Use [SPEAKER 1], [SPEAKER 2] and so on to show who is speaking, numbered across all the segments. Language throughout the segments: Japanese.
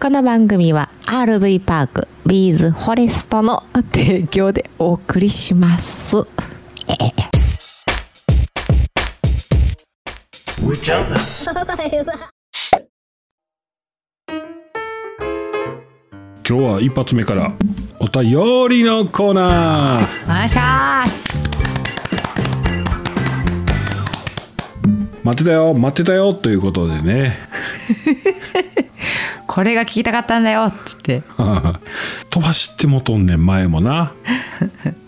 [SPEAKER 1] この番組は RV パークビーズフォレストの提供でお送りします。
[SPEAKER 2] 今日は一発目からお便りのコーナー
[SPEAKER 1] お願いします。
[SPEAKER 2] 待ってたよ待ってたよということでね
[SPEAKER 1] これが聞きたかったんだよっつって。
[SPEAKER 2] 飛ばしてもとんねん前もな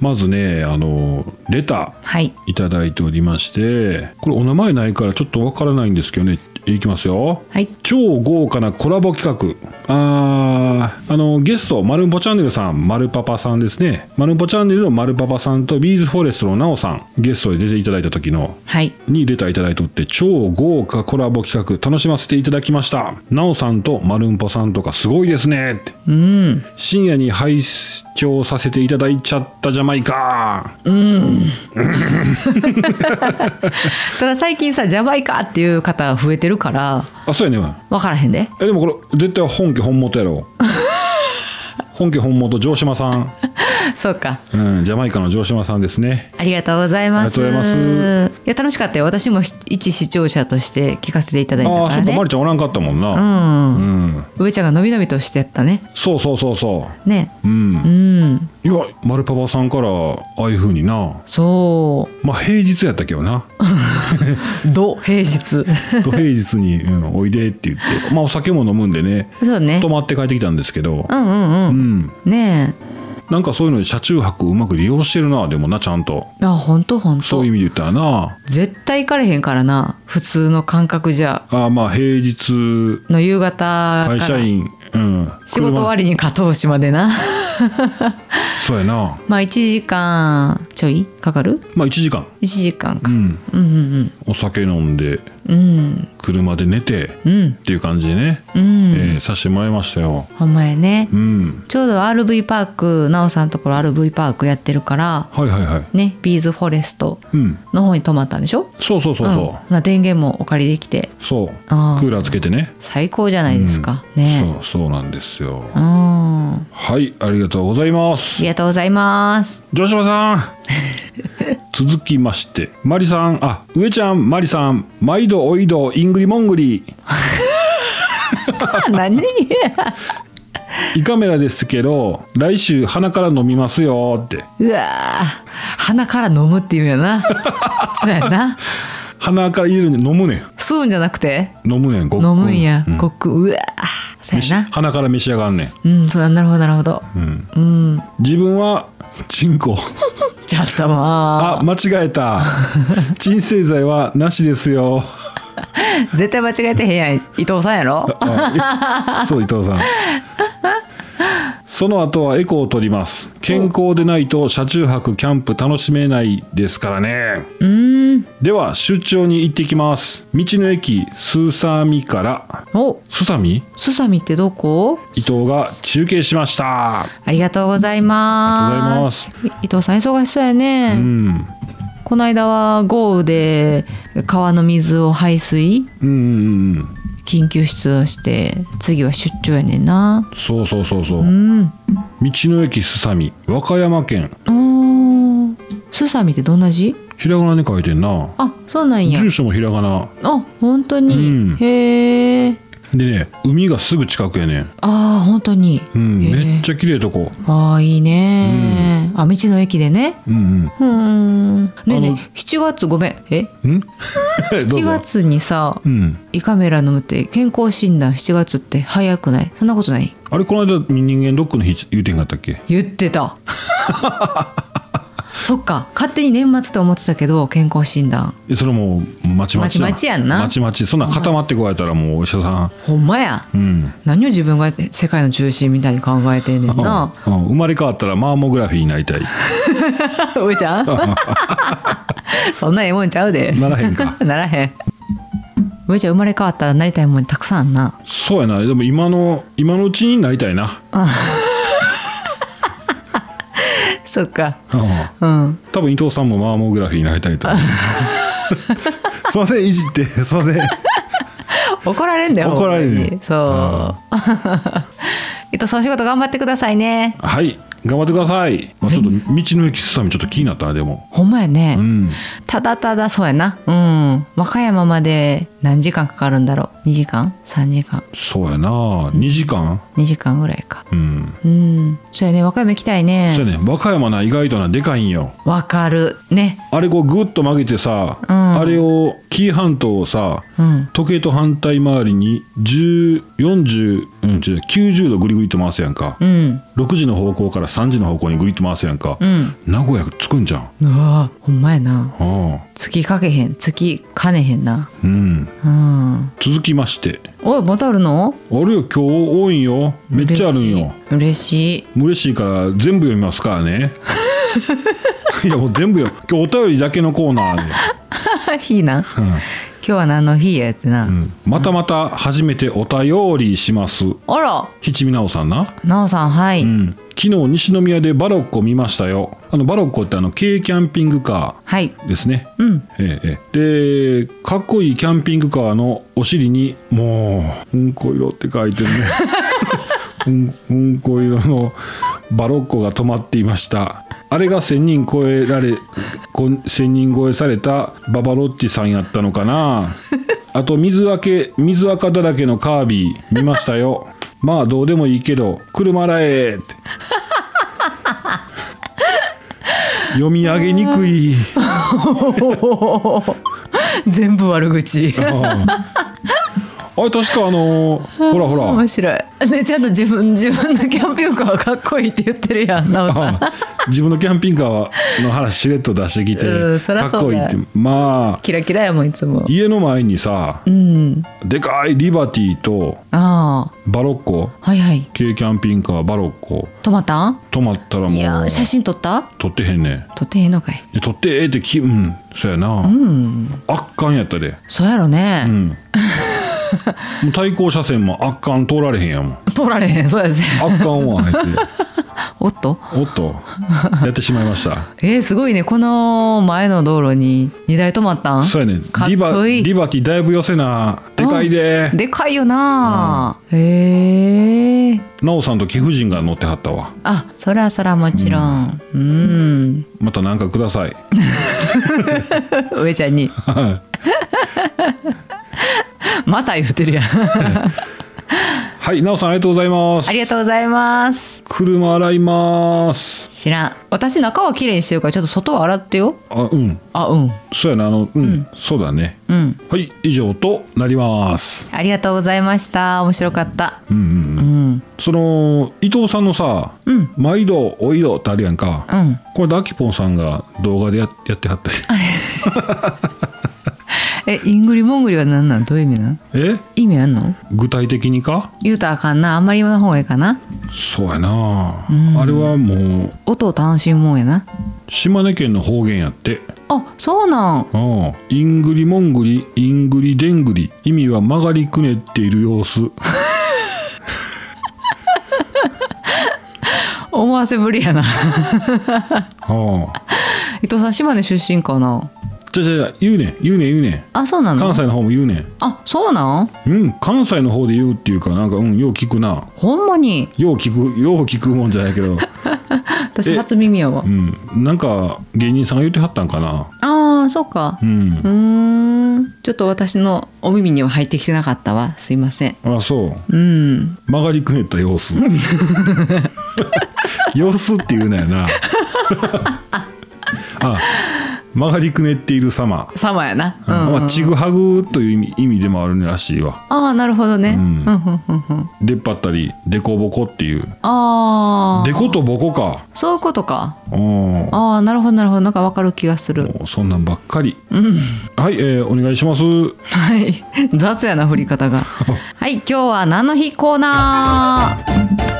[SPEAKER 2] まずねあのレタ
[SPEAKER 1] はい。
[SPEAKER 2] ーいただいておりましてこれお名前ないからちょっとわからないんですけどねいきますよ
[SPEAKER 1] はい。
[SPEAKER 2] 超豪華なコラボ企画あーあのゲストまるんぽチャンネルさんまるパパさんですねまるんぽチャンネルのまるパパさんとビーズフォレストのなおさんゲストで出ていただいた時の
[SPEAKER 1] はい。
[SPEAKER 2] にレターいただいとって超豪華コラボ企画楽しませていただきましたなおさんとまるんぽさんとかすごいですねって
[SPEAKER 1] うん。
[SPEAKER 2] 深夜に拝聴させていただいちゃったじゃないか
[SPEAKER 1] ただ最近さ、ジャマイカっていう方増えてるから、
[SPEAKER 2] あそうやね
[SPEAKER 1] わからへんで。
[SPEAKER 2] えでもこれ絶対本家本元や ろ本家本元城島さん、
[SPEAKER 1] そうか。
[SPEAKER 2] うん、ジャマイカの城島さんですね
[SPEAKER 1] ありがとうございます。
[SPEAKER 2] ありがとうござ
[SPEAKER 1] いや、楽しかったよ。私も一視聴者として聞かせていただいた
[SPEAKER 2] ああ
[SPEAKER 1] か
[SPEAKER 2] そ
[SPEAKER 1] ら
[SPEAKER 2] っか
[SPEAKER 1] ね
[SPEAKER 2] ま。りちゃんおらんかったもん
[SPEAKER 1] う
[SPEAKER 2] な、
[SPEAKER 1] ん。
[SPEAKER 2] うん、
[SPEAKER 1] 上ちゃんがのびのびとしてやったね。
[SPEAKER 2] そうそうそうそ
[SPEAKER 1] ね。
[SPEAKER 2] ううん、
[SPEAKER 1] う
[SPEAKER 2] い
[SPEAKER 1] ん。
[SPEAKER 2] やマルパパさんからああいう風にな
[SPEAKER 1] そ
[SPEAKER 2] まあ平日やったけどな
[SPEAKER 1] う。ど平日。
[SPEAKER 2] と平日に、うん、おいでって言って、まあ、お酒も飲むんでね
[SPEAKER 1] そうね
[SPEAKER 2] 泊。まって帰ってきたんですけど、
[SPEAKER 1] うんうん
[SPEAKER 2] う、
[SPEAKER 1] うんん。ね
[SPEAKER 2] なんかそういうので車中泊をうまく利用してるなでもなちゃんと
[SPEAKER 1] え。あ、本当本
[SPEAKER 2] そ
[SPEAKER 1] 当
[SPEAKER 2] ういう。意味で言ったらな
[SPEAKER 1] 絶対行かれへんからな。普通の感覚じゃ。
[SPEAKER 2] あーまあ平日
[SPEAKER 1] の夕方から。
[SPEAKER 2] 会社員、うん、
[SPEAKER 1] 仕事終わりに加藤市までな。
[SPEAKER 2] 車そうやな
[SPEAKER 1] まあ1時間ちょいかかる
[SPEAKER 2] まあ1時間、
[SPEAKER 1] ?1 時間
[SPEAKER 2] う
[SPEAKER 1] か。
[SPEAKER 2] ん、
[SPEAKER 1] うんうん
[SPEAKER 2] お酒飲んで
[SPEAKER 1] うん。うん。
[SPEAKER 2] 車で寝てっ
[SPEAKER 1] うん。
[SPEAKER 2] ていう感じでね、
[SPEAKER 1] うん。
[SPEAKER 2] えーさせてもらいましたよ
[SPEAKER 1] ほんまやね
[SPEAKER 2] う。ん
[SPEAKER 1] ちょうど RV パーク、なおさんのところ RV パークやってるから、
[SPEAKER 2] はいはいはい
[SPEAKER 1] ね、ビーズフォレスト
[SPEAKER 2] うん
[SPEAKER 1] の方に泊まったんでしょ
[SPEAKER 2] そうそうそうそう、
[SPEAKER 1] んまあ電源もお借りできて
[SPEAKER 2] そう
[SPEAKER 1] あー
[SPEAKER 2] クーラーつけてね
[SPEAKER 1] 最高じゃないですか、ね
[SPEAKER 2] そうそうなんですよ
[SPEAKER 1] うんあ
[SPEAKER 2] はいありがとうございます
[SPEAKER 1] りがとうございます
[SPEAKER 2] 城島さ ん続きましてマリさんあ上ちゃんマリさん毎度おいどイングリモングリ
[SPEAKER 1] 何
[SPEAKER 2] 胃カメラですけど来週鼻から飲みますよって
[SPEAKER 1] うわー鼻から飲むっていうん やなそうやな
[SPEAKER 2] 鼻から入れるに飲むねん
[SPEAKER 1] 吸うんじゃなくて
[SPEAKER 2] 飲むねんごっく
[SPEAKER 1] 飲むんや、
[SPEAKER 2] う
[SPEAKER 1] ごっくうわーそう
[SPEAKER 2] 飯
[SPEAKER 1] やな
[SPEAKER 2] 鼻から召し上がんねん、
[SPEAKER 1] うんそうだなるほどなるほど
[SPEAKER 2] うん、
[SPEAKER 1] うん
[SPEAKER 2] 自分はチンコ
[SPEAKER 1] ちょっと
[SPEAKER 2] あ
[SPEAKER 1] も
[SPEAKER 2] 間違え た鎮静剤はなしですよ
[SPEAKER 1] う絶対間違えてへんやん伊藤さんやろ
[SPEAKER 2] あいそう伊藤さんその後はエコを取ります健康でないと車中泊キャンプ楽しめないですからね
[SPEAKER 1] うん
[SPEAKER 2] では出張に行ってきます道の駅スサミから
[SPEAKER 1] お
[SPEAKER 2] スサミ
[SPEAKER 1] すさみってどこ
[SPEAKER 2] 伊藤が中継しました
[SPEAKER 1] ありがとうございます
[SPEAKER 2] あ
[SPEAKER 1] い伊藤さん忙しそうやね、
[SPEAKER 2] うん
[SPEAKER 1] この間は豪雨で川の水を排水
[SPEAKER 2] うんうんうん
[SPEAKER 1] 緊急出動して次は出張やねんな
[SPEAKER 2] そうそうそうそう、
[SPEAKER 1] う
[SPEAKER 2] 道
[SPEAKER 1] ん
[SPEAKER 2] の駅すさみ和歌山県
[SPEAKER 1] おーすさみってどんな字
[SPEAKER 2] ひらがなに書いてんな
[SPEAKER 1] あそうなんや
[SPEAKER 2] 住所もひらがな
[SPEAKER 1] あ本当に、
[SPEAKER 2] うん
[SPEAKER 1] へえ
[SPEAKER 2] でね海がすぐ近くやねん
[SPEAKER 1] あー本当に
[SPEAKER 2] うん、
[SPEAKER 1] へえ
[SPEAKER 2] めっちゃ綺麗とこ
[SPEAKER 1] あーいいね、あ道の駅でね
[SPEAKER 2] うん
[SPEAKER 1] うーんねえね
[SPEAKER 2] あの
[SPEAKER 1] え7月ごめんえ
[SPEAKER 2] うん。 ん
[SPEAKER 1] 7。月にさ
[SPEAKER 2] うん。
[SPEAKER 1] 胃カメラ飲むって健康診断7月って早くないそんなことない
[SPEAKER 2] あれこの間人間ドックの日言うてんかったっけ？
[SPEAKER 1] 言ってた そっか勝手に年末と思ってたけど健康診断
[SPEAKER 2] えそれもうまちまちな。
[SPEAKER 1] まちまちやんな
[SPEAKER 2] まちまちそんな固まって加えたらもうお医者さ
[SPEAKER 1] ほんまや
[SPEAKER 2] ん。うん。
[SPEAKER 1] 何を自分が世界の中心みたいに考えてんね んな
[SPEAKER 2] うん、生まれ変わったらマーモグラフィーになりたい。
[SPEAKER 1] 上 ちゃんそんなええもんちゃうで
[SPEAKER 2] ならへんか
[SPEAKER 1] ならへん上ちゃん生まれ変わったらなりたいもんたくさんあんな
[SPEAKER 2] そうやな。でも今の今のうちになりたいな。
[SPEAKER 1] そっか
[SPEAKER 2] うん。
[SPEAKER 1] うん
[SPEAKER 2] 多分伊藤さんもマーモグラフィーになりたいと 思う。 すいませんいじってすいません
[SPEAKER 1] 怒られんだよ
[SPEAKER 2] 怒られ
[SPEAKER 1] ほんま
[SPEAKER 2] る
[SPEAKER 1] にそう
[SPEAKER 2] あ
[SPEAKER 1] えっと、そう仕事頑張ってくださいね。
[SPEAKER 2] はい頑張ってください、まあ、ちょっと道の駅すさみちょっと気になったなでも
[SPEAKER 1] ほんまやね。
[SPEAKER 2] うん
[SPEAKER 1] ただただそうやな。うん。和歌山まで何時間かかるんだろう。2時間 ?3 時間
[SPEAKER 2] そうやな2時間
[SPEAKER 1] ?2 時間ぐらいか。
[SPEAKER 2] うん
[SPEAKER 1] うん。そうやね。和歌山行きたい
[SPEAKER 2] そう
[SPEAKER 1] ね。
[SPEAKER 2] やね和歌山な意外となでかいんよ
[SPEAKER 1] わかる。ね。
[SPEAKER 2] あれこうグッと曲げてさ、
[SPEAKER 1] うん
[SPEAKER 2] あれを紀伊半島をさ
[SPEAKER 1] うん。
[SPEAKER 2] 時計と反対回りに10 40うん違う90度ぐりぐりと回すやんか
[SPEAKER 1] う、ん。
[SPEAKER 2] 6時の方向から3時の方向にぐりっと回すやんか、
[SPEAKER 1] うん。
[SPEAKER 2] 名古屋着くんじゃん
[SPEAKER 1] うわほんまやな。
[SPEAKER 2] ああ
[SPEAKER 1] 月かけへん。月かねへんな。
[SPEAKER 2] うん
[SPEAKER 1] うん。
[SPEAKER 2] 続きまして
[SPEAKER 1] おい、またあるの
[SPEAKER 2] あるよ今日多いんよめっちゃあるんよ
[SPEAKER 1] 嬉しい。嬉しい。
[SPEAKER 2] 嬉しいから全部読みますから ねいやもう全部よ今日お便りだけのコーナーで、
[SPEAKER 1] 日なん今
[SPEAKER 2] うん
[SPEAKER 1] 日は何の日やってな、
[SPEAKER 2] うんまたまた初めてお便りします
[SPEAKER 1] あら
[SPEAKER 2] 七味奈緒さんな
[SPEAKER 1] なおさんはい、
[SPEAKER 2] うん昨日西宮でバロッコ見ましたよあのバロッコってあの軽キャンピングカ
[SPEAKER 1] はい
[SPEAKER 2] ーですね
[SPEAKER 1] うん
[SPEAKER 2] ええええでかっこいいキャンピングカーのお尻にもううんこ色って書い てるねうんうんこ色のバロッコが止まっていましたあれが1,000人超えられこん1,000人超えされたババロッチさんやったのか なあと水あけ水垢だらけのカービィ見ましたよまあどうでもいいけど車洗え って読み上げにくい。
[SPEAKER 1] 全部悪口
[SPEAKER 2] ああれ確かあのーほらほら
[SPEAKER 1] 面白い、ね、ちゃんと自分自分のキャンピングカーはかっこいいって言ってるやんなおさん
[SPEAKER 2] あ自分のキャンピングカーの話しれっと出してきて
[SPEAKER 1] うんそら
[SPEAKER 2] かっ
[SPEAKER 1] そう
[SPEAKER 2] こいい
[SPEAKER 1] だ
[SPEAKER 2] ってまあ
[SPEAKER 1] キラキラやもんいつも
[SPEAKER 2] 家の前にさ
[SPEAKER 1] うん
[SPEAKER 2] でかいリバティと
[SPEAKER 1] あ
[SPEAKER 2] バロッコ
[SPEAKER 1] あはいはい
[SPEAKER 2] 軽キャンピングカーバロッコ
[SPEAKER 1] トマタン
[SPEAKER 2] 止まったらも
[SPEAKER 1] いや
[SPEAKER 2] う
[SPEAKER 1] ー写真撮った
[SPEAKER 2] 撮ってへんね
[SPEAKER 1] 撮ってへんのかい
[SPEAKER 2] ん撮ってええってきうんそうやな
[SPEAKER 1] うん
[SPEAKER 2] 圧巻やったで
[SPEAKER 1] そうやろね、
[SPEAKER 2] うんもう対向車線も圧巻通られへんやもん
[SPEAKER 1] 撮られへんそう やぜ
[SPEAKER 2] 圧巻は言って
[SPEAKER 1] おっと
[SPEAKER 2] おっとやってしまいました
[SPEAKER 1] えー、すごいねこの前の道路に2台止まったん
[SPEAKER 2] そうやね
[SPEAKER 1] かっ
[SPEAKER 2] リバ
[SPEAKER 1] こいい
[SPEAKER 2] リバティだいぶ寄せなでかいで
[SPEAKER 1] でかいよな、へえ
[SPEAKER 2] なおさんと貴婦人が乗ってはったわ
[SPEAKER 1] あそらそらもちろんうん、
[SPEAKER 2] またなんかください
[SPEAKER 1] 上ちゃんに
[SPEAKER 2] は
[SPEAKER 1] また言って るやん
[SPEAKER 2] いなおさんありがとうございます
[SPEAKER 1] ありがとうございます
[SPEAKER 2] 車洗います
[SPEAKER 1] 知らん私中は綺麗にしてるからちょっと外は洗ってよ
[SPEAKER 2] あうん
[SPEAKER 1] あうん
[SPEAKER 2] そうやなあのうん、そうだね
[SPEAKER 1] うん
[SPEAKER 2] はい以上となります
[SPEAKER 1] ありがとうございました面白かった
[SPEAKER 2] うんうん
[SPEAKER 1] う
[SPEAKER 2] うん
[SPEAKER 1] ん
[SPEAKER 2] その伊藤さんのさ
[SPEAKER 1] うん
[SPEAKER 2] 「毎度おいど」ってあるやんか、
[SPEAKER 1] うん
[SPEAKER 2] これであきぽんさんが動画でややってはったし
[SPEAKER 1] えイングリモングリは何なんどういう意味なん
[SPEAKER 2] え
[SPEAKER 1] 意味あんの
[SPEAKER 2] 具体的にか
[SPEAKER 1] 言うたらあかんなあんまり言わない方がいいかな
[SPEAKER 2] そうやな、あれはもう
[SPEAKER 1] 音を楽しむもんやな
[SPEAKER 2] 島根県の方言やって
[SPEAKER 1] あそうなん
[SPEAKER 2] ああイングリモングリイングリデングリ意味は曲がりくねっている様子
[SPEAKER 1] 思わせぶりや
[SPEAKER 2] あ
[SPEAKER 1] な
[SPEAKER 2] あ
[SPEAKER 1] 伊藤さん島根出身かな
[SPEAKER 2] じゃじゃじゃ言うねん言うねん言うねん
[SPEAKER 1] あそうなの
[SPEAKER 2] 関西の方も言うねん
[SPEAKER 1] あそうなん
[SPEAKER 2] うん関西の方で言うっていうかなんかうんよう聞くな
[SPEAKER 1] ほんまに
[SPEAKER 2] よう聞くよう聞くもんじゃないけど
[SPEAKER 1] 私
[SPEAKER 2] え
[SPEAKER 1] 初耳やわ
[SPEAKER 2] うんなんか芸人さんが言ってはったんかな
[SPEAKER 1] あーそうか
[SPEAKER 2] うん
[SPEAKER 1] う、ーんちょっと私のお耳には入ってきてなかったわすいません
[SPEAKER 2] あそう
[SPEAKER 1] うん
[SPEAKER 2] 曲がりくねった様子様子っていうなよなあ曲がりくねっている様
[SPEAKER 1] サマやなうん、
[SPEAKER 2] まあ、ちぐはぐという意味意味でもあるらしいわ
[SPEAKER 1] ああなるほどね、うんん、うんうんうん
[SPEAKER 2] 出っ張ったりでこぼこっていう
[SPEAKER 1] あ
[SPEAKER 2] で
[SPEAKER 1] あ
[SPEAKER 2] ことぼこか
[SPEAKER 1] そういうことか
[SPEAKER 2] うん
[SPEAKER 1] ああなるほどなるほどなんかわかる気がする
[SPEAKER 2] もうそんなんばっかり
[SPEAKER 1] うん
[SPEAKER 2] はい、えーお願いします
[SPEAKER 1] はい 雑やな振り 方がはい今日は何の日コーナー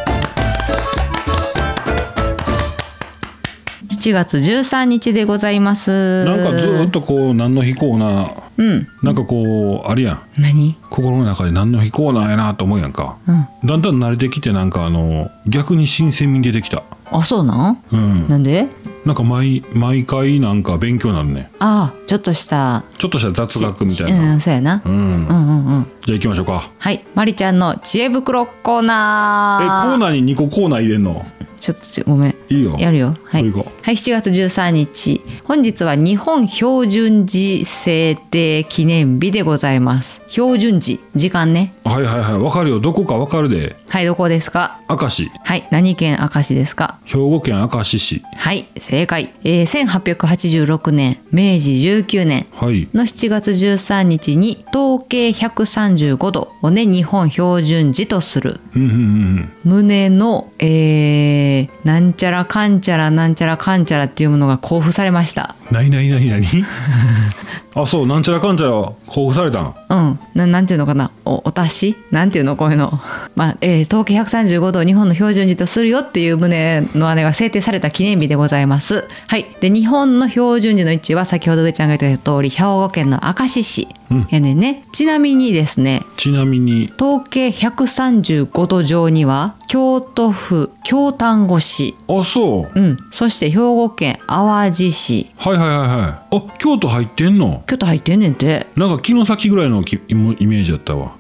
[SPEAKER 1] 7月13日でございます
[SPEAKER 2] なんかずーっとこう何の日コーナー
[SPEAKER 1] うん
[SPEAKER 2] なんかこうあれやん
[SPEAKER 1] 何
[SPEAKER 2] 心の中で何の日コーナーやなと思うやんか
[SPEAKER 1] うん
[SPEAKER 2] だんだん慣れてきてなんかあの逆に新鮮味出てきた
[SPEAKER 1] あそうなん
[SPEAKER 2] うん
[SPEAKER 1] なんで
[SPEAKER 2] なんか毎毎回なんか勉強になるね
[SPEAKER 1] ああちょっとした
[SPEAKER 2] ちょっとした雑学みたい
[SPEAKER 1] ち
[SPEAKER 2] な
[SPEAKER 1] うんそうやな、
[SPEAKER 2] うん、
[SPEAKER 1] う
[SPEAKER 2] じゃ
[SPEAKER 1] ん、うんうん
[SPEAKER 2] あ行きましょうか
[SPEAKER 1] はいまりちゃんの知恵袋コー
[SPEAKER 2] えコ
[SPEAKER 1] ナー
[SPEAKER 2] ーナーに2個コーナー入れんの
[SPEAKER 1] ちょっとちょごめん
[SPEAKER 2] いいよ
[SPEAKER 1] やるよはい、
[SPEAKER 2] どう
[SPEAKER 1] は
[SPEAKER 2] いうこ
[SPEAKER 1] い、7月13日本日は日本標準時制定記念日でございます標準時時間ね
[SPEAKER 2] はいはいはいわかるよどこかわかるで
[SPEAKER 1] はいどこですか
[SPEAKER 2] 明石
[SPEAKER 1] はい何県明石ですか
[SPEAKER 2] 兵庫県明石市
[SPEAKER 1] はい正解、えー、1886年明治19年
[SPEAKER 2] はい
[SPEAKER 1] の7月13日に統計135度をね日本標準時とする
[SPEAKER 2] うんうんうん
[SPEAKER 1] 胸の、えー、なんちゃらかんちゃらなんちゃらかんちゃらっていうものが交付されました
[SPEAKER 2] うんなになになになにあそうなんちゃらかんちゃら交付されたん
[SPEAKER 1] うんななんていうのかなおお達しなんていうのこういうの まあ、えー統計135度を日本の標準時とするよっていう旨のあれが制定された記念日でございますはいで日本の標準時の位置は先ほど上ちゃんが言ってた通り兵庫県の明石市
[SPEAKER 2] うん
[SPEAKER 1] やねんね、ちなみにですね
[SPEAKER 2] ちなみに
[SPEAKER 1] 統計135度上には京都府京丹後市
[SPEAKER 2] あそう
[SPEAKER 1] うんそして兵庫県淡路市
[SPEAKER 2] はいはいはいはいあ京都入ってんの
[SPEAKER 1] 京都入ってんねんて
[SPEAKER 2] なんか城崎ぐらいのきイメイメージだったわ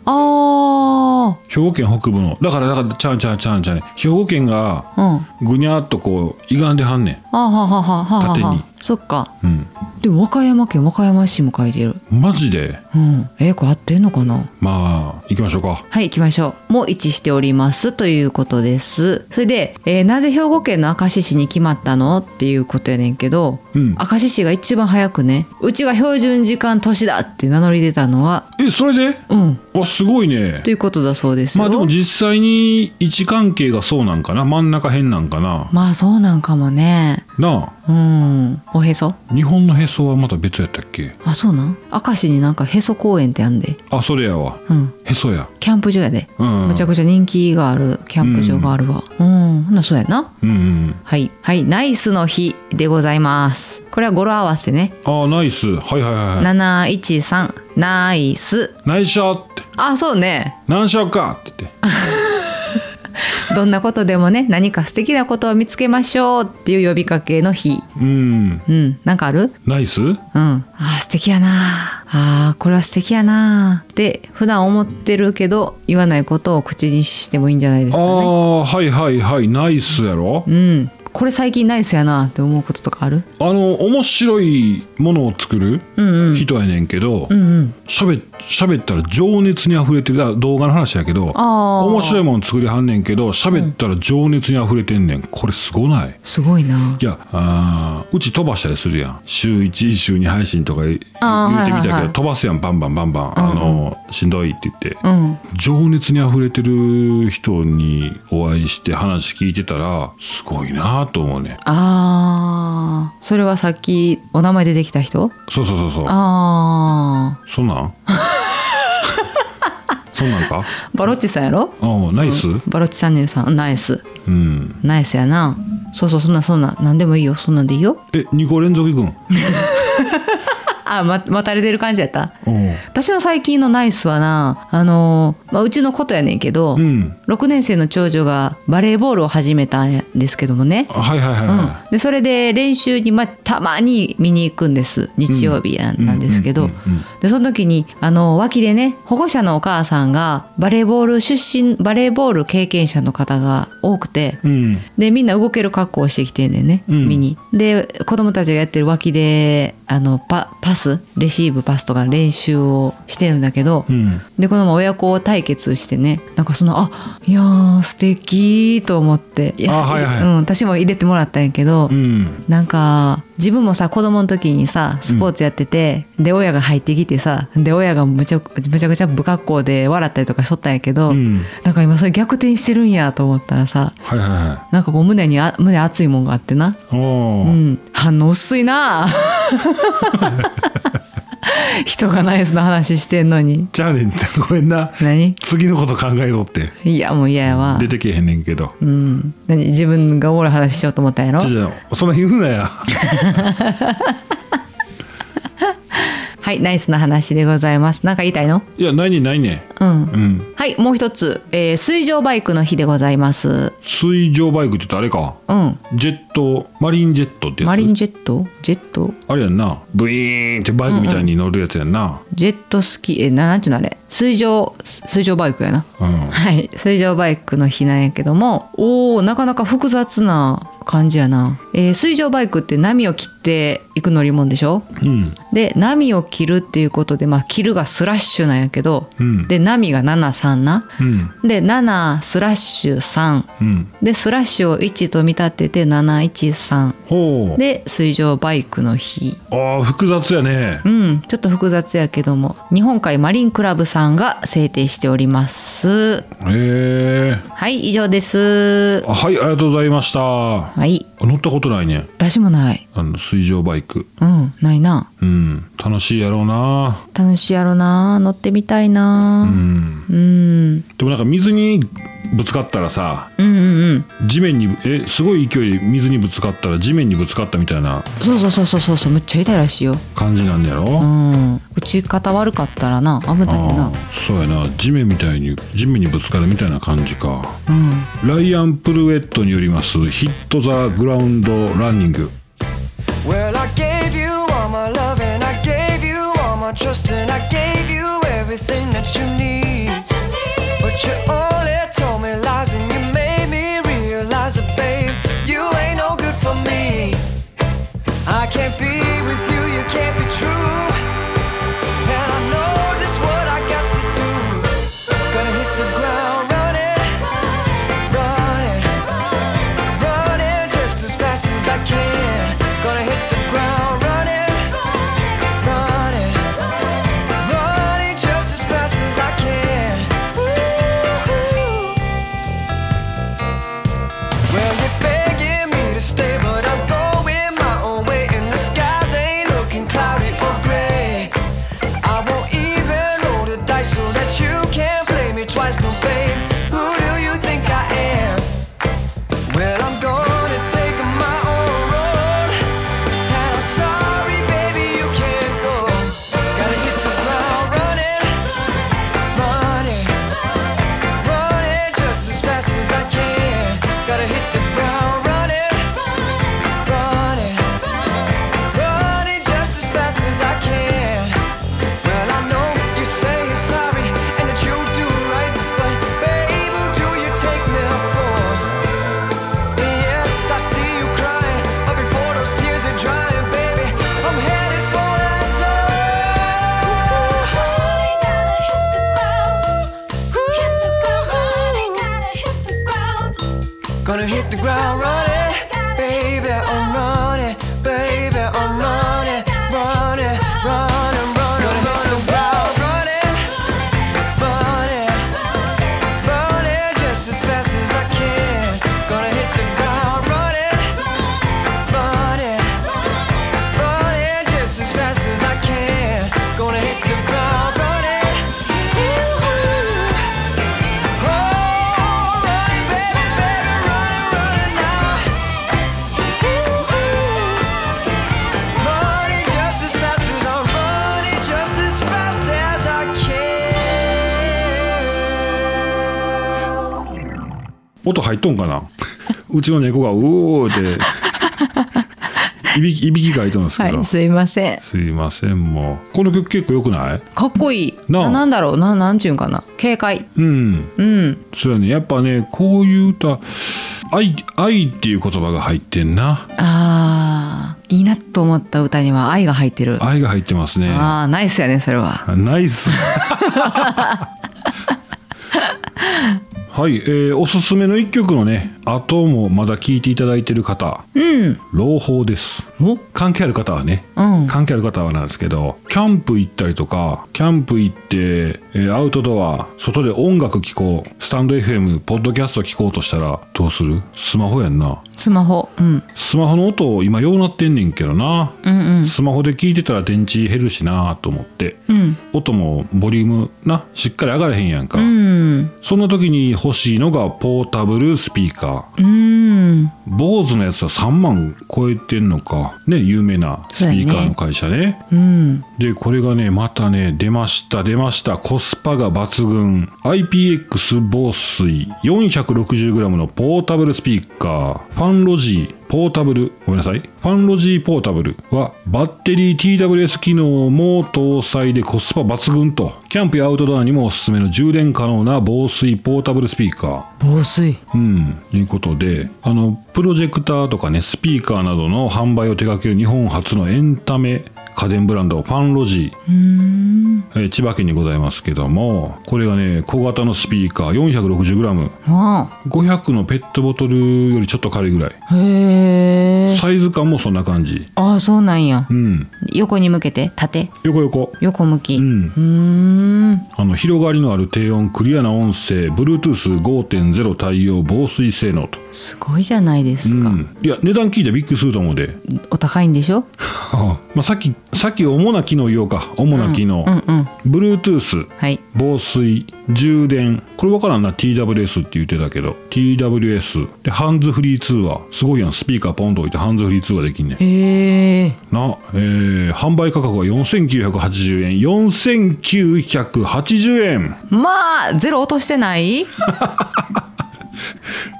[SPEAKER 1] あ
[SPEAKER 2] 兵庫県北部のだからだからちゃんちゃんちゃんちゃんね兵庫県が
[SPEAKER 1] ーうん
[SPEAKER 2] ぐにゃっとこう歪んではんね
[SPEAKER 1] あははははは
[SPEAKER 2] 縦に
[SPEAKER 1] はそっか
[SPEAKER 2] んうん
[SPEAKER 1] でも和歌山県和歌山市も書いてる
[SPEAKER 2] マジで
[SPEAKER 1] うんえこれ合ってんのかな
[SPEAKER 2] まあ行きましょうか
[SPEAKER 1] はい行きましょうもう一致しておりますということですそれで、えーなぜ兵庫県の明石市に決まったのっていうことやねんけど
[SPEAKER 2] うん
[SPEAKER 1] 明石市が一番早くねうちが標準時間都市だって名乗り出たのは
[SPEAKER 2] えそれで
[SPEAKER 1] うん
[SPEAKER 2] あすごいね
[SPEAKER 1] ということだそうですよ
[SPEAKER 2] まあでも実際に位置関係がそうなんかな真ん中辺なんかな
[SPEAKER 1] まあそうなんかもね
[SPEAKER 2] な
[SPEAKER 1] うんおへそ
[SPEAKER 2] あ日本のへそはまた別やったっけ
[SPEAKER 1] あそうなん明石になんかへそ公園ってあんで
[SPEAKER 2] あそれやわ
[SPEAKER 1] うん
[SPEAKER 2] へそや
[SPEAKER 1] キャンプ場やで
[SPEAKER 2] うん
[SPEAKER 1] むちゃくちゃ人気があるキャンプ場があるわうん、ほんならそうやな
[SPEAKER 2] うんうん
[SPEAKER 1] はいはいナイスの日でございますこれは語呂合わせね、
[SPEAKER 2] あナイスはいはいはいはい
[SPEAKER 1] 713ナイス
[SPEAKER 2] ナイスショッって
[SPEAKER 1] あそうね
[SPEAKER 2] 何しようかって言って
[SPEAKER 1] どんなことでもね何か素敵なことを見つけましょうっていう呼びかけの日
[SPEAKER 2] うん
[SPEAKER 1] うんなんかある
[SPEAKER 2] ナイス
[SPEAKER 1] うん、あー素敵やなあーこれは素敵やなって普段思ってるけど言わないことを口にしてもいいんじゃないです
[SPEAKER 2] あ
[SPEAKER 1] かね
[SPEAKER 2] あはいはいはいナイスやろ
[SPEAKER 1] うんこれ最近ナイスやなって思うこととかある
[SPEAKER 2] あの面白いものを作る
[SPEAKER 1] うんうん
[SPEAKER 2] 人やねんけど
[SPEAKER 1] うんうん
[SPEAKER 2] 喋、喋ったら情熱にあふれてるだから動画の話やけど
[SPEAKER 1] ああ
[SPEAKER 2] 面白いもの作りはんねんけど喋ったら情熱にあふれてんねんこれすごない
[SPEAKER 1] すごいない
[SPEAKER 2] やあーうち飛ばしたりするやん週1週2配信とかい言
[SPEAKER 1] あー
[SPEAKER 2] ってみたけど、
[SPEAKER 1] はいはいはい
[SPEAKER 2] 飛ばすやんバンバンバンバン、あのしんどいって言って、
[SPEAKER 1] うん
[SPEAKER 2] 情熱にあふれてる人にお会いして話聞いてたらすごいなと思うね
[SPEAKER 1] あーそれはさっきお名前出てきた人
[SPEAKER 2] そうそうそうそう
[SPEAKER 1] あ
[SPEAKER 2] そんなん そんなんか
[SPEAKER 1] ーバロッチさんやろ
[SPEAKER 2] うんナイス
[SPEAKER 1] バロッチチャンネルさんナイス
[SPEAKER 2] うん
[SPEAKER 1] ナイスやなそうそうそんなそんな何でもいいよそんなんでいいよ
[SPEAKER 2] え2個連続いくん
[SPEAKER 1] あま待たれてる感じやった
[SPEAKER 2] うん
[SPEAKER 1] 私の最近のナイスはなあのー、まあ、うちのことやねんけど、
[SPEAKER 2] うん
[SPEAKER 1] 6年生の長女がバレーボールを始めたんですけどもね、
[SPEAKER 2] あはいはいはい
[SPEAKER 1] うん
[SPEAKER 2] は、
[SPEAKER 1] でそれで練習に、まあ、たまに見に行くんです日曜日や
[SPEAKER 2] い
[SPEAKER 1] なんですけど、
[SPEAKER 2] うんうんうん
[SPEAKER 1] でその時にあの脇でね保護者のお母さんがバレーボール出身バレーボール経験者の方が多くて
[SPEAKER 2] うん
[SPEAKER 1] でみんな動ける格好をしてきてんねんね、
[SPEAKER 2] うん
[SPEAKER 1] 見に。で子供たちがやってる脇であのパパスレシーブパスとか練習をしてるんだけど、
[SPEAKER 2] うん
[SPEAKER 1] でこのまま親子対決してねなんかそのあいやー素敵と思っていや
[SPEAKER 2] あはいはい
[SPEAKER 1] うん、私も入れてもらったんやけど、
[SPEAKER 2] うん
[SPEAKER 1] なんか自分もさ子供の時にさスポーツやってて、で親が入ってきてさで親がむちゃむちゃくちゃ不格好で笑ったりとかしとったんやけど、
[SPEAKER 2] うん
[SPEAKER 1] なんか今それ逆転してるんやと思ったらさ
[SPEAKER 2] はいはいはい
[SPEAKER 1] なんかこう胸にあ胸熱いもんがあってな、
[SPEAKER 2] お
[SPEAKER 1] う
[SPEAKER 2] ー
[SPEAKER 1] ん、反応薄いな 人がナイスな話してんのに
[SPEAKER 2] じゃあねごめんな
[SPEAKER 1] 何
[SPEAKER 2] 次のこと考えろって
[SPEAKER 1] いやもう嫌やわ
[SPEAKER 2] 出てけへんねんけど
[SPEAKER 1] うん、何自分がおもろい話しようと思ったんやろ
[SPEAKER 2] じゃあじゃあそんな言うなや
[SPEAKER 1] はいナイスな話でございますなんか言いたいの
[SPEAKER 2] いやないねないね
[SPEAKER 1] うん
[SPEAKER 2] うん
[SPEAKER 1] はいもう一つ、えー水上バイクの日でございます
[SPEAKER 2] 水上バイクって言ったらあれか
[SPEAKER 1] うん
[SPEAKER 2] ジェットマリンジェットってやつ
[SPEAKER 1] マリンジェットジェット
[SPEAKER 2] あれやんなブイーンってバイクみたいに乗るやつやんな
[SPEAKER 1] ジェットスキーえななんていうのあれ水上水上バイクやな
[SPEAKER 2] うん
[SPEAKER 1] はい水上バイクの日なんやけどもおーなかなか複雑な感じやな、えー水上バイクって波を切っていく乗り物でしょ
[SPEAKER 2] うん
[SPEAKER 1] で波を切るっていうことでまあ切るがスラッシュなんやけど、
[SPEAKER 2] うん
[SPEAKER 1] で波が73な
[SPEAKER 2] うん
[SPEAKER 1] で7スラッシュ3
[SPEAKER 2] うん
[SPEAKER 1] でスラッシュを1と見立てて713
[SPEAKER 2] ほう
[SPEAKER 1] で水上バイクの日
[SPEAKER 2] あー複雑やね
[SPEAKER 1] うんちょっと複雑やけども日本海マリンクラブさんが制定しておりま
[SPEAKER 2] へ
[SPEAKER 1] す
[SPEAKER 2] え
[SPEAKER 1] はい以上です
[SPEAKER 2] はいありがとうございました
[SPEAKER 1] はい
[SPEAKER 2] 乗ったことないね
[SPEAKER 1] 私もない
[SPEAKER 2] あの水上バイク
[SPEAKER 1] うんないな
[SPEAKER 2] うん楽しいやろうな
[SPEAKER 1] 楽しいやろな乗ってみたいうなんうんうん
[SPEAKER 2] でもなんか水にぶつかったらさ
[SPEAKER 1] うんうん
[SPEAKER 2] 地面にえすごい勢いで水にぶつかったら地面にぶつかったみたいな
[SPEAKER 1] そうそうそうそうそうそうむっちゃ痛いらしいよ
[SPEAKER 2] 感じなんやろ、
[SPEAKER 1] うん打ち方悪かったらな危ないよ
[SPEAKER 2] あ
[SPEAKER 1] な
[SPEAKER 2] あそうやな地面みたいに地面にぶつかるみたいな感じか
[SPEAKER 1] うん
[SPEAKER 2] ライアン・プルエットによります「ヒット・ザ・グラウンド・ランニング
[SPEAKER 3] Well, I gave you all my love and I gave you all my trust and I gave you everything that you need. But you only told me lies and you made me realize that, babe, you ain't no good for me. I can't be with you, you can't be true. And I know just what I got to do. Gonna hit the ground running, running running just as fast as I can. Gonna hit the ground running, running, running just as fast as I can. Woo-hoo. Well, you're begging me to stay, but I'm going my own way, and the skies ain't looking cloudy or gray. I won't even roll the dice so that you can't play me twice, no babe. Who do you think I am? Well, I'm gonna take my own road. And I'm sorry, baby, you can't go. Gotta hit the ground running, running, running just as fast as I can. Gotta hit the ground running, running, running just as fast as I can. Well, I know you say you're sorry and that you do right, but babe, who do you take me for? Yes, I see you crying, but before those tears are drying, baby, I'm headed for that zone. Gonna hit the ground running, baby, I'm running, baby, I'm running, running, running, running. Gonna hit the ground running, running. Running just as fast as I can. Gonna hit the ground running, running, running just as fast as I can. Gonna hit the ground running. Ooh, oh, running, baby, baby, running, running now. Ooh, running just as fast as I'm running, just as fast as I can.」
[SPEAKER 2] 音入っとんかな うちの猫が「うおー」っていびきいびきかいとんですけど、
[SPEAKER 1] はいすいません
[SPEAKER 2] すいませんもうこの曲結構よくない
[SPEAKER 1] かっこいい
[SPEAKER 2] なあ
[SPEAKER 1] ななんだろうななんちゅうんかな警戒
[SPEAKER 2] うん
[SPEAKER 1] うん
[SPEAKER 2] そうやねやっぱねこういう歌愛愛っていう言葉が入ってんな
[SPEAKER 1] あーいいなと思った歌には愛が入ってるあ
[SPEAKER 2] 愛が入ってますね
[SPEAKER 1] あーナイスやねそれは
[SPEAKER 2] ナイ スはい、えーおすすめの一曲のね後もまだ聴いていただいてる方
[SPEAKER 1] うん
[SPEAKER 2] 朗報です
[SPEAKER 1] お
[SPEAKER 2] 関係ある方はね、
[SPEAKER 1] うん
[SPEAKER 2] 関係ある方はなんですけどキャンプ行ったりとかキャンプ行って、えーアウトドア外で音楽聴こうスタンド FM ポッドキャスト聴こうとしたらどうするスマホやんな
[SPEAKER 1] スマホ、うん、
[SPEAKER 2] スマホの音今ようなってんねんけどな、
[SPEAKER 1] うん
[SPEAKER 2] スマホで聞いてたら電池減るしなと思って、
[SPEAKER 1] うん
[SPEAKER 2] 音もボリュームなしっかり上がらへんやんか、
[SPEAKER 1] うん
[SPEAKER 2] そんな時に欲しいのがポータブルスピーカー
[SPEAKER 1] うんうん
[SPEAKER 2] 坊主のやつは3万超えてんのかね有名なスピーカーの会社ね
[SPEAKER 1] うん
[SPEAKER 2] で、これがね、またね、出ました、出ました。コスパが抜群。IPX 防水 460g のポータブルスピーカー。ファンロジーポータブル、ごめんなさい。ファンロジーポータブルはバッテリー TWS 機能も搭載でコスパ抜群と。キャンプやアウトドアにもおすすめの充電可能な防水ポータブルスピーカー。
[SPEAKER 1] 防水
[SPEAKER 2] うん、ということであのプロジェクターとかねスピーカーなどの販売を手掛ける日本初のエンタメ家電ブランドファンロジーえー千葉県にございますけどもこれがね小型のスピーカー
[SPEAKER 1] あ
[SPEAKER 2] 460g500 のペットボトルよりちょっと軽いぐらい
[SPEAKER 1] あへえ
[SPEAKER 2] サイズ感もそんな感じ
[SPEAKER 1] ああそうなんや
[SPEAKER 2] うん
[SPEAKER 1] 横に向けて縦
[SPEAKER 2] 横横
[SPEAKER 1] 横向き
[SPEAKER 2] う
[SPEAKER 1] うんーん
[SPEAKER 2] あの広がりのある低音クリアな音声 Bluetooth5.0 対応防水性能と、
[SPEAKER 1] すごいじゃないです
[SPEAKER 2] う
[SPEAKER 1] か、
[SPEAKER 2] ん、いや値段聞いてびっくりすると思うで
[SPEAKER 1] お高いんでしょ
[SPEAKER 2] あまあ、さっきさっき主な機能言おうか主な機能、
[SPEAKER 1] うんうん
[SPEAKER 2] Bluetooth
[SPEAKER 1] はい
[SPEAKER 2] 防水充電これ分からんな TWS って言ってたけど TWS でハンズフリー通話すごいやんスピーカーポンと置いてハンズフリー通話できんねん
[SPEAKER 1] へえ
[SPEAKER 2] な、えー販売価格は4980円4980円
[SPEAKER 1] まあゼロ落としてない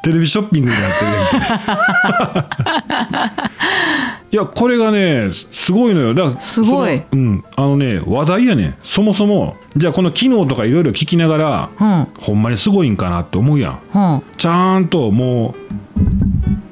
[SPEAKER 2] テレビショッピングになってるやん けいやこれがねすごいのよだから
[SPEAKER 1] すごい
[SPEAKER 2] そのうんあのね話題やねんそもそもじゃあこの機能とかいろいろ聞きながら、
[SPEAKER 1] うん
[SPEAKER 2] ほんまにすごいんかなって思うやん
[SPEAKER 1] うん
[SPEAKER 2] ちゃんともう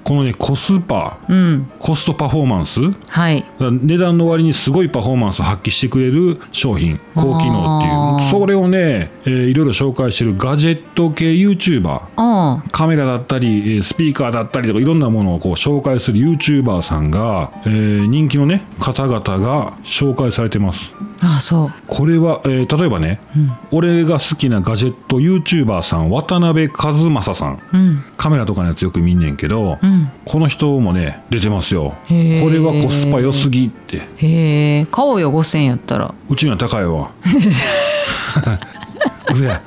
[SPEAKER 2] このねコスパ
[SPEAKER 1] うん
[SPEAKER 2] コストパフォーマンスだか
[SPEAKER 1] はい
[SPEAKER 2] ら値段の割にすごいパフォーマンスを発揮してくれる商品高機能ってい
[SPEAKER 1] あー
[SPEAKER 2] うそれをね、えーいろいろ紹介してるガジェット系 YouTuber
[SPEAKER 1] あ
[SPEAKER 2] カメラだったり、えースピーカーだったりとかいろんなものをこう紹介する YouTuber さんが、えー人気のね方々が紹介されてます
[SPEAKER 1] あそう
[SPEAKER 2] これは、えー例えばね、俺が好きなガジェット YouTuber さん渡辺和正さん
[SPEAKER 1] うん
[SPEAKER 2] カメラとかのやつよく見んねんけど、
[SPEAKER 1] うん
[SPEAKER 2] この人もね出てますよこ
[SPEAKER 1] へー
[SPEAKER 2] れはコスパ良すぎって
[SPEAKER 1] へえ買おうよ5000円やったら
[SPEAKER 2] うちには高い わうせや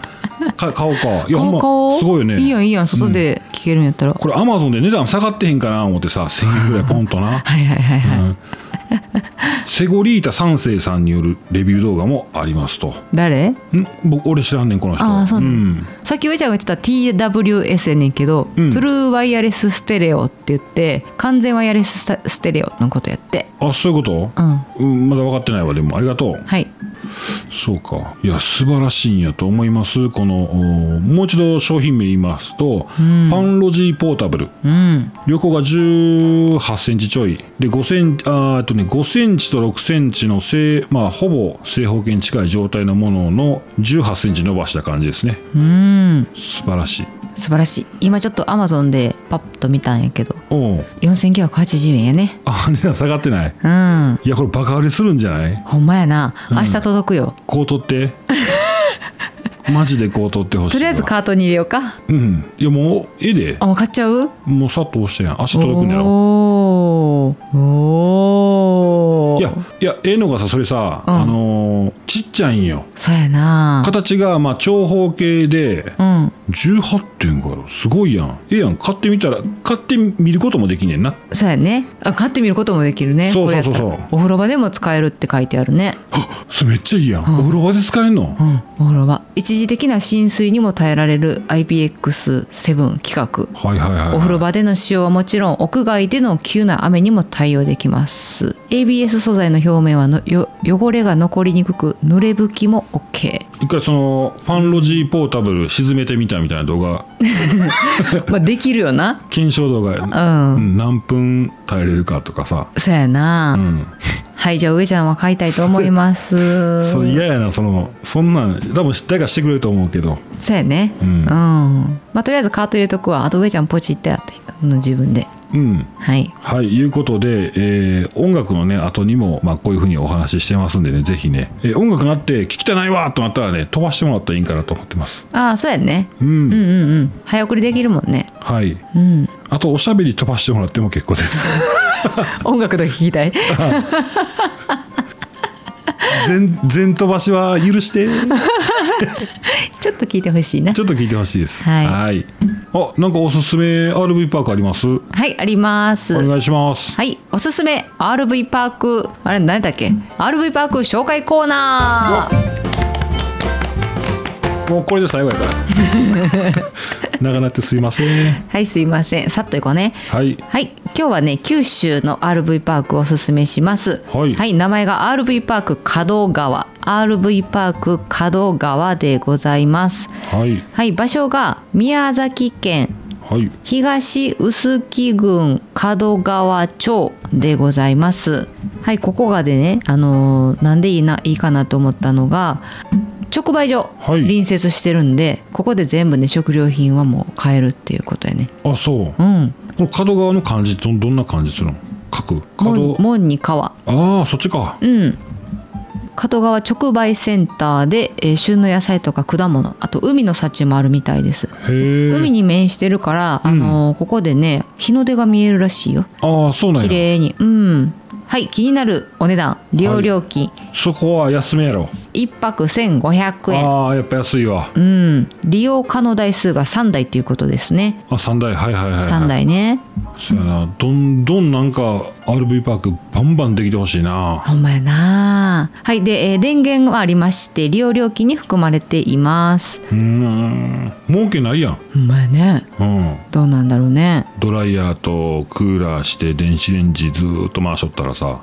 [SPEAKER 2] か買おうかいや
[SPEAKER 1] 買おう
[SPEAKER 2] ほん
[SPEAKER 1] 買
[SPEAKER 2] ま
[SPEAKER 1] おう
[SPEAKER 2] すごいよね
[SPEAKER 1] いいやんいいやん外で聞けるんやったら、
[SPEAKER 2] これアマゾンで値段下がってへんかな思ってさ1000円ぐらいポンとな
[SPEAKER 1] はいはいはいはい、
[SPEAKER 2] セゴリータ三世さんによるレビュー動画もありますと。
[SPEAKER 1] 誰
[SPEAKER 2] ん僕俺知らんねんこの人。
[SPEAKER 1] ああそうね、
[SPEAKER 2] ん
[SPEAKER 1] さっき上ちゃんが言ってた TWS やねんけど、
[SPEAKER 2] うん
[SPEAKER 1] トゥルーワイヤレスステレオって言って完全ワイヤレススステレオのことやって
[SPEAKER 2] あそういうこ
[SPEAKER 1] うん
[SPEAKER 2] と、うん、まだ分かってないわでもありがとう。
[SPEAKER 1] はい
[SPEAKER 2] そうかいや素晴らしいんやと思いますこのおもう一度商品名言いますと、ファンロジーポータブル
[SPEAKER 1] うん
[SPEAKER 2] 横が18センチちょいで5センチあーえっとね5センチと6センチの正まあほぼ正方形に近い状態のものの18センチ伸ばした感じですね
[SPEAKER 1] うん
[SPEAKER 2] 素晴らしい
[SPEAKER 1] 素晴らしい今ちょっとアマゾンでパッと見たんやけど
[SPEAKER 2] おう
[SPEAKER 1] 4980円やね
[SPEAKER 2] あ値段下がってない
[SPEAKER 1] うん
[SPEAKER 2] いやこれバカ売れするんじゃない
[SPEAKER 1] ほんまやな明日届くよ、
[SPEAKER 2] こう取って マジでこう取ってほしいわ
[SPEAKER 1] とりあえずカートに入れようか
[SPEAKER 2] うんいやもうええで
[SPEAKER 1] あもう買っちゃう
[SPEAKER 2] もうさっと押してやん足届くんだろ
[SPEAKER 1] おーおー
[SPEAKER 2] いやいやええのがさそれさ、
[SPEAKER 1] うん
[SPEAKER 2] あのーちっちゃいんよ
[SPEAKER 1] そうやな
[SPEAKER 2] 形がまあ長方形で
[SPEAKER 1] うん
[SPEAKER 2] 18点からすごいやんええやん買ってみたら買ってみることもできねんな
[SPEAKER 1] そうやねあ買ってみることもできるね
[SPEAKER 2] そうそうそう
[SPEAKER 1] これやったらお風呂場でも使えるって書いてあるね
[SPEAKER 2] あそれめっちゃいいやん、お風呂場で使えんの
[SPEAKER 1] う、んお風呂場一時的な浸水にも耐えられる IPX7 規格
[SPEAKER 2] はいはいはい、はい、
[SPEAKER 1] お風呂場での使用はもちろん屋外での急な雨にも対応できます ABS 素材の表面はのよ汚れが残りにくく濡れ拭きも OK
[SPEAKER 2] 一回そのファンロジーポータブル沈めてみたみたいな動画
[SPEAKER 1] まあできるよな
[SPEAKER 2] 検証動画
[SPEAKER 1] うん、
[SPEAKER 2] うん何分耐えれるかとかさ、
[SPEAKER 1] そうやな、
[SPEAKER 2] うん、
[SPEAKER 1] はいじゃあ上ちゃんは買いたいと思いま す
[SPEAKER 2] それ嫌やなそのそんなん多分誰かしてくれると思うけど
[SPEAKER 1] そうやね
[SPEAKER 2] う
[SPEAKER 1] うんん、まあとりあえずカート入れとくわあと上ちゃんポチってやっての自分で
[SPEAKER 2] うん
[SPEAKER 1] はい
[SPEAKER 2] はいいうことで、えー音楽のね後にも、まあ、こういうふうにお話ししてますんでねぜひね、えー音楽なって聞きたないわとなったらね飛ばしてもらったらいいんかなと思ってます
[SPEAKER 1] ああそうやね
[SPEAKER 2] うん、
[SPEAKER 1] うんうんうん早送りできるもんね
[SPEAKER 2] はい
[SPEAKER 1] うん
[SPEAKER 2] あとおしゃべり飛ばしてもらっても結構です
[SPEAKER 1] 音楽だけ聞きた い
[SPEAKER 2] 全全飛ばしは許して
[SPEAKER 1] ちょっと聞いてほしいな
[SPEAKER 2] ちょっと聞いてほしいです
[SPEAKER 1] はい
[SPEAKER 2] はいあなんかおすすめ RV パークありますお
[SPEAKER 1] はいあります
[SPEAKER 2] 願いします
[SPEAKER 1] はいおすすめ RV パークあれ何だっけ RV パーク紹介コーナー
[SPEAKER 2] もうこれで最後やから 長なってすいません
[SPEAKER 1] はいすいませんさっといこうね
[SPEAKER 2] はい
[SPEAKER 1] はい今日はね九州の RV パークをおすすめします
[SPEAKER 2] はい
[SPEAKER 1] 名前が RV パーク門川 RV パーク門川でございます
[SPEAKER 2] はい
[SPEAKER 1] はい場所が宮崎県
[SPEAKER 2] はい
[SPEAKER 1] 東臼杵郡門川町でございますはいここがでねあのーなんでいいないいかなと思ったのが直売所、
[SPEAKER 2] はい
[SPEAKER 1] 隣接してるんでここで全部ね食料品はもう買えるっていうことやね
[SPEAKER 2] あそう
[SPEAKER 1] うん
[SPEAKER 2] この角側の感じどどんな感じするの書く角
[SPEAKER 1] 門門に川
[SPEAKER 2] ああそっちか
[SPEAKER 1] うん門川直売センターで、えー旬の野菜とか果物あと海の幸もあるみたいです
[SPEAKER 2] へ
[SPEAKER 1] 海
[SPEAKER 2] え
[SPEAKER 1] に面してるから、あのーここでね日の出が見えるらしいよ
[SPEAKER 2] ああそうなん
[SPEAKER 1] 綺
[SPEAKER 2] や
[SPEAKER 1] 麗にうんはい気になるお値段利用料金、
[SPEAKER 2] そこは安めやろ
[SPEAKER 1] 一1泊1500円
[SPEAKER 2] ああやっぱ安いわ
[SPEAKER 1] うん利用可能台数が3台ということですね
[SPEAKER 2] あ三台はいはいはい、はい、
[SPEAKER 1] 3台ね
[SPEAKER 2] そうやなどんどんなんか RV パークバンバンできてほしいな
[SPEAKER 1] ほんまやなはいで、えー電源はありまして利用料金に含まれています
[SPEAKER 2] うーん儲けないやん
[SPEAKER 1] ほんまやね
[SPEAKER 2] うん
[SPEAKER 1] どうなんだろうね
[SPEAKER 2] ドライヤーとクーラーして電子レンジずーっと回しとったらさ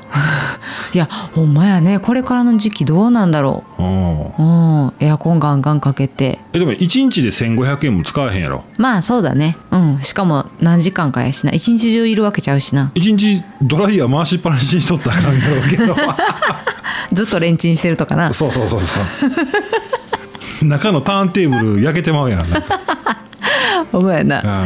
[SPEAKER 1] いやほんまやねこれからの時期どうなんだろ
[SPEAKER 2] うん
[SPEAKER 1] ううんエアコンガンガンかけて
[SPEAKER 2] えでも1日で1500円も使わへんやろ
[SPEAKER 1] まあそうだねうんしかも何時間かやしな一日中いるわけちゃうしな
[SPEAKER 2] 1日ドライヤー回しっぱなしにしとったらあかんやろうけど
[SPEAKER 1] ずっとレンチンしてるとかな
[SPEAKER 2] そうそうそうそう 中のターンテーブル焼けてまうやんなんか
[SPEAKER 1] ほんまやな
[SPEAKER 2] うん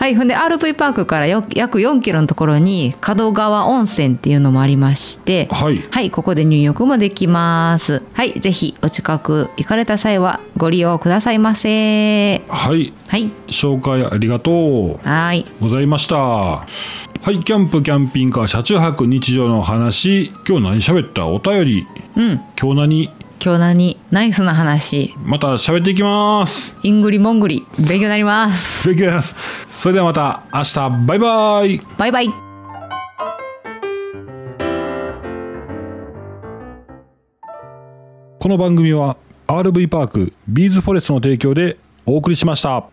[SPEAKER 1] はい、ほんで RV パークからよ約4キロのところに門川温泉っていうのもありまして、
[SPEAKER 2] はい
[SPEAKER 1] ここで入浴もできます。はい、ぜひお近く行かれた際はご利用くださいませ。
[SPEAKER 2] はい
[SPEAKER 1] はい、
[SPEAKER 2] 紹介ありがとう
[SPEAKER 1] はーい、
[SPEAKER 2] ございましたはいキャンプキャンピングカー車中泊日常の話今日何喋ったお便り
[SPEAKER 1] うん、
[SPEAKER 2] 今日何
[SPEAKER 1] 今日何ナイスな話、
[SPEAKER 2] また喋っていきます
[SPEAKER 1] イングリモングリ勉強になります。
[SPEAKER 2] 勉強になりますそれではまた明日バイバイ
[SPEAKER 1] バイバイ。
[SPEAKER 2] この番組は RV パークビーズフォレストの提供でお送りしました